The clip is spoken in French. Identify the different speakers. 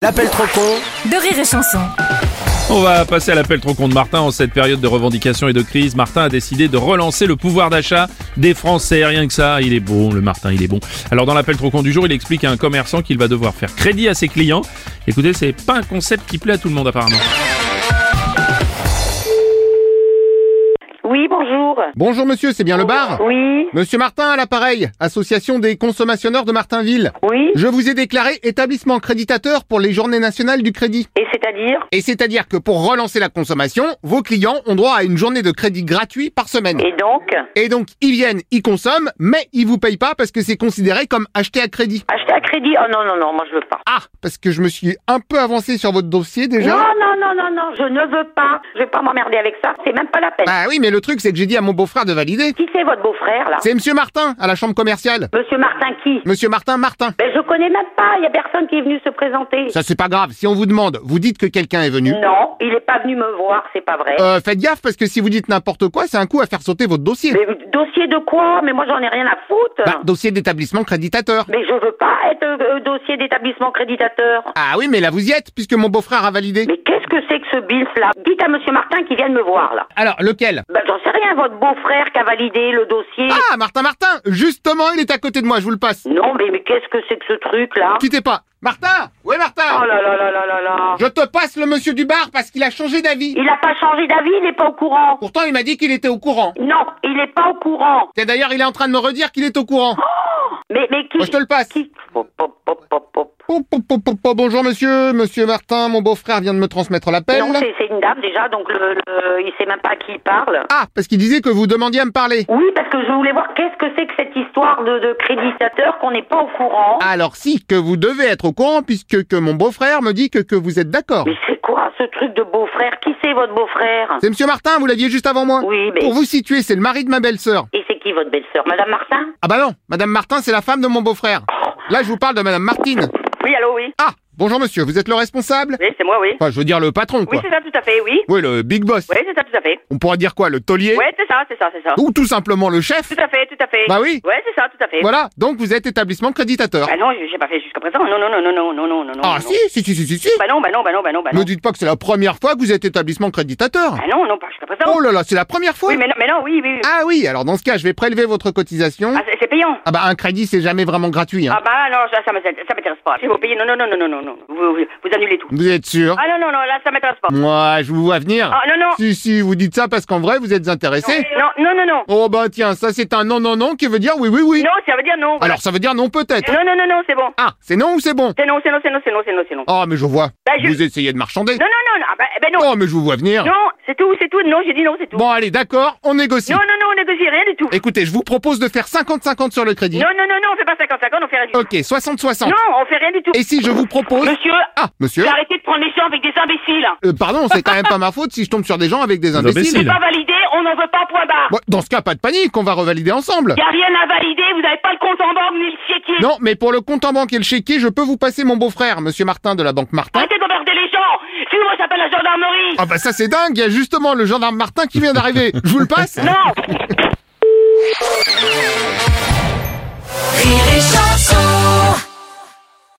Speaker 1: L'appel trop con
Speaker 2: de rire et chanson.
Speaker 3: On va passer à l'appel trop con de Martin. En cette période de revendication et de crise, Martin a décidé de relancer le pouvoir d'achat des Français. Rien que ça, il est bon, le Martin, il est bon. Alors dans l'appel trop con du jour, il explique à un commerçant qu'il va devoir faire crédit à ses clients. Écoutez, c'est pas un concept qui plaît à tout le monde apparemment.
Speaker 4: Oui, bonjour.
Speaker 5: Bonjour monsieur, c'est bien le bar
Speaker 4: Oui,
Speaker 5: Monsieur Martin à l'appareil, association des consommationneurs de Martinville.
Speaker 4: oui.
Speaker 5: Je vous ai déclaré établissement créditateur pour les journées nationales du crédit.
Speaker 4: Et c'est-à-dire
Speaker 5: Et c'est-à-dire que pour relancer la consommation, vos clients ont droit à une journée de crédit gratuit par semaine.
Speaker 4: Et donc
Speaker 5: Et donc ils viennent, ils consomment, mais ils vous payent pas parce que c'est considéré comme acheté à crédit.
Speaker 4: Acheter à crédit Oh non, non, non, moi je veux pas.
Speaker 5: Ah, parce que je me suis un peu avancé sur votre dossier déjà.
Speaker 4: Non, non, non, non, non, je ne veux pas. Je vais pas m'emmerder avec ça. C'est même pas la peine.
Speaker 5: Bah oui, mais le truc c'est que j'ai dit à mon beau-frère de valider.
Speaker 4: Qui c'est votre beau-frère, là
Speaker 5: C'est monsieur Martin à la chambre commerciale.
Speaker 4: Monsieur Martin qui
Speaker 5: Monsieur Martin Martin.
Speaker 4: Ben je connais même pas. Il y a personne qui est venu se présenter.
Speaker 5: Ça c'est pas grave, si on vous demande, vous dites que quelqu'un est venu.
Speaker 4: Non, il est pas venu me voir, c'est pas vrai.
Speaker 5: Euh, faites gaffe parce que si vous dites n'importe quoi, c'est un coup à faire sauter votre dossier.
Speaker 4: Mais dossier de quoi Mais moi j'en ai rien à foutre.
Speaker 5: Bah, dossier d'établissement créditateur.
Speaker 4: Mais je veux pas être euh, euh, dossier d'établissement créditateur.
Speaker 5: Ah oui, mais là vous y êtes puisque mon beau-frère a validé.
Speaker 4: Mais qu'est-ce que c'est que ce bilf là Dites à monsieur Martin qu'il vienne me voir là.
Speaker 5: Alors lequel
Speaker 4: Ben j'en sais rien, votre beau-frère qui a validé le dossier.
Speaker 5: Ah, Martin Martin, justement, il est à côté de moi, je vous le passe.
Speaker 4: Non, mais, mais qu'est-ce que c'est que ce truc là
Speaker 5: Quittez pas. Martin Ouais, Martin
Speaker 4: Oh là là là là là là
Speaker 5: Je te passe le monsieur du bar parce qu'il a changé d'avis.
Speaker 4: Il a pas changé d'avis, il n'est pas au courant.
Speaker 5: Pourtant, il m'a dit qu'il était au courant.
Speaker 4: Non, il n'est pas au courant.
Speaker 5: Et d'ailleurs, il est en train de me redire qu'il est au courant.
Speaker 4: Oh, Mais mais qui
Speaker 5: Moi, Oh, je te le passe.
Speaker 4: Qui Hop, hop, hop, hop, hop.
Speaker 5: Oh, po, po, po, po, Bonjour, monsieur. Monsieur Martin, mon beau-frère vient de me transmettre l'appel.
Speaker 4: Non, c'est c'est une dame déjà, donc le, le- il sait même pas à qui il parle.
Speaker 5: Ah, parce qu'il disait que vous demandiez à me parler.
Speaker 4: Oui, parce que je voulais voir qu'est-ce que c'est que cette histoire de, de créditateur qu'on n'est pas au courant.
Speaker 5: Alors si, que vous devez être au courant puisque que mon beau-frère me dit que, que vous êtes d'accord.
Speaker 4: Mais c'est quoi ce truc de beau-frère Qui c'est votre beau-frère
Speaker 5: C'est monsieur Martin, vous l'aviez juste avant moi.
Speaker 4: Oui, mais
Speaker 5: Ah. Pour vous situer, c'est le mari de ma belle-sœur.
Speaker 4: et c'est qui votre belle-sœur, Madame Martin
Speaker 5: Ah bah non, madame Martin, c'est la femme de mon beau-frère. Là, je vous parle de madame Martine.
Speaker 6: Oui, allô, oui.
Speaker 5: Ah, bonjour monsieur, vous êtes le responsable
Speaker 6: Oui, c'est moi, oui.
Speaker 5: Enfin, je veux dire le patron
Speaker 6: Oui,
Speaker 5: quoi.
Speaker 6: c'est ça, tout à fait, oui.
Speaker 5: Oui, le big boss.
Speaker 6: Oui, c'est ça, tout à fait.
Speaker 5: On pourrait dire quoi, le taulier
Speaker 6: Oui, c'est ça, c'est ça, c'est ça.
Speaker 5: Ou tout simplement le chef
Speaker 6: Tout à fait, tout à fait.
Speaker 5: Bah oui.
Speaker 6: Oui, c'est ça, tout à fait.
Speaker 5: Voilà, donc vous êtes établissement créditateur.
Speaker 6: Bah non, j'ai j'ai pas fait jusqu'à présent. Non, non, non, non, non, non, non, non, non.
Speaker 5: Ah
Speaker 6: non.
Speaker 5: si, si, si, si, si, si.
Speaker 6: Bah non, bah non, bah non, bah non, bah non.
Speaker 5: Me dites pas que c'est la première fois que vous êtes établissement créditateur.
Speaker 6: Bah non, non, pas jusqu'à présent.
Speaker 5: Oh là là, c'est la première fois
Speaker 6: Oui, mais non, mais non, oui, oui. oui.
Speaker 5: Ah oui, alors dans ce cas, je vais prélever votre cotisation.
Speaker 6: Ah, c'est- c'est payant.
Speaker 5: Ah bah un crédit c'est jamais vraiment gratuit. Hein.
Speaker 6: Ah bah non, ça, ça m'intéresse ça m'intéresse pas. Si vous payez, non, non, non, non, non, non, non. Vous, vous, vous annulez tout.
Speaker 5: Vous êtes sûr
Speaker 6: Ah non, non, non, là, ça m'intéresse pas.
Speaker 5: Moi je vous vois venir.
Speaker 6: Ah non, non.
Speaker 5: Si si vous dites ça parce qu'en vrai vous êtes intéressé.
Speaker 6: Non, non, non, non.
Speaker 5: Oh bah tiens ça c'est un non non non qui veut dire oui oui oui.
Speaker 6: Non, ça veut dire non. voilà.
Speaker 5: Alors ça veut dire non peut-être.
Speaker 6: Non, non, non, non, c'est bon.
Speaker 5: Ah c'est non ou c'est bon
Speaker 6: C'est non, c'est non, c'est non, c'est non, c'est non, c'est non.
Speaker 5: Ah mais je vois.
Speaker 6: Bah, je-
Speaker 5: Vous essayez de marchander.
Speaker 6: Non, non, non, non, ah bah, eh ben non.
Speaker 5: Oh mais je vous vois venir.
Speaker 6: Non, c'est tout, c'est tout. Non, j'ai dit non, c'est tout.
Speaker 5: Bon allez d'accord on négocie.
Speaker 6: Non, non, non, on négocie rien du tout.
Speaker 5: Écoutez je vous propose de faire 50-50 sur le crédit.
Speaker 6: Non, non, non, non, on fait pas 50-50, on fait rien du tout.
Speaker 5: Ok 60-60.
Speaker 6: Non, on fait rien du tout.
Speaker 5: Euh, Et si je vous propose...
Speaker 6: Monsieur,
Speaker 5: Ah monsieur
Speaker 6: j'ai arrêté de prendre les gens avec des imbéciles.
Speaker 5: euh, Pardon c'est quand même pas ma faute si je tombe sur des gens avec des imbéciles.
Speaker 3: imbéciles.
Speaker 6: Pas validé, on n'en veut pas, point barre.
Speaker 5: Bon, dans ce cas pas de panique on va revalider ensemble.
Speaker 6: Y a rien à valider, vous n'avez pas le compte en banque ni le chéquier.
Speaker 5: Non, mais pour le compte en banque et le chéquier, je peux vous passer mon beau-frère, monsieur Martin de la banque Martin.
Speaker 6: Arrêtez d'emmerder les gens. Sinon, moi, j'appelle la gendarmerie.
Speaker 5: hein Ah bah ça c'est dingue, il y a justement le gendarme Martin qui vient d'arriver. Je vous le passe
Speaker 6: Non.
Speaker 2: Rire et chanson.